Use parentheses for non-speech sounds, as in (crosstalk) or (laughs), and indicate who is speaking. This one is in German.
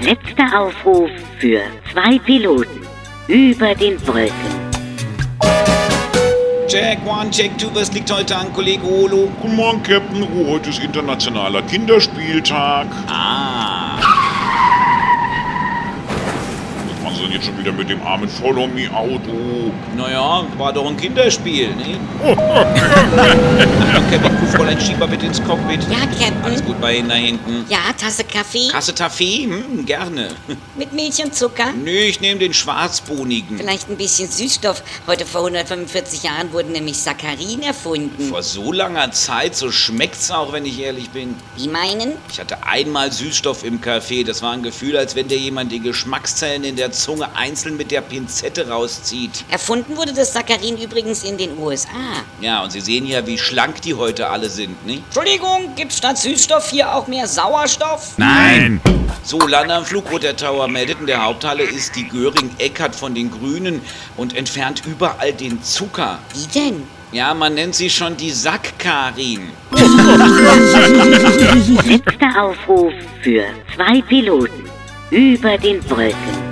Speaker 1: Letzter Aufruf für zwei Piloten über den Wolken.
Speaker 2: Jack One, Jack Two, was liegt heute an, Kollege Olo?
Speaker 3: Guten Morgen, Captain. Oh, heute ist internationaler Kinderspieltag.
Speaker 2: Ah,
Speaker 3: Was machen Sie denn jetzt schon wieder mit dem armen Follow-Me-Auto?
Speaker 2: naja, war doch ein Kinderspiel, ne? Captain, ruf Fräulein Schieber bitte ins Cockpit.
Speaker 4: Ja, Captain.
Speaker 2: Alles gut bei Ihnen da hinten.
Speaker 4: Ja, Tasse Kaffee
Speaker 2: Kasse Taffee? Hm, gerne. (laughs)
Speaker 4: mit Milch und Zucker.
Speaker 2: Nö, ich nehme den schwarzbohnigen.
Speaker 4: Vielleicht ein bisschen Süßstoff. Heute vor 145 Jahren wurden nämlich Saccharin erfunden.
Speaker 2: Vor so langer Zeit, so schmeckt's auch, wenn ich ehrlich bin.
Speaker 4: Die meinen?
Speaker 2: Ich hatte einmal Süßstoff im Kaffee. Das war ein Gefühl, als wenn dir jemand die Geschmackszellen in der Zunge einzeln mit der Pinzette rauszieht.
Speaker 4: Erfunden wurde das Saccharin übrigens in den USA.
Speaker 2: Ja, und Sie sehen ja, wie schlank die heute alle sind, ne? nicht?
Speaker 4: Entschuldigung, gibt's statt Süßstoff hier auch mehr Sauerstoff?
Speaker 2: Nein! So, Lander am Flugroter Tower meldet in der Haupthalle ist die Göring Eckert von den Grünen und entfernt überall den Zucker.
Speaker 4: Wie denn?
Speaker 2: Ja, man nennt sie schon die Sackkarin.
Speaker 1: Letzter Aufruf für zwei Piloten über den Wolken.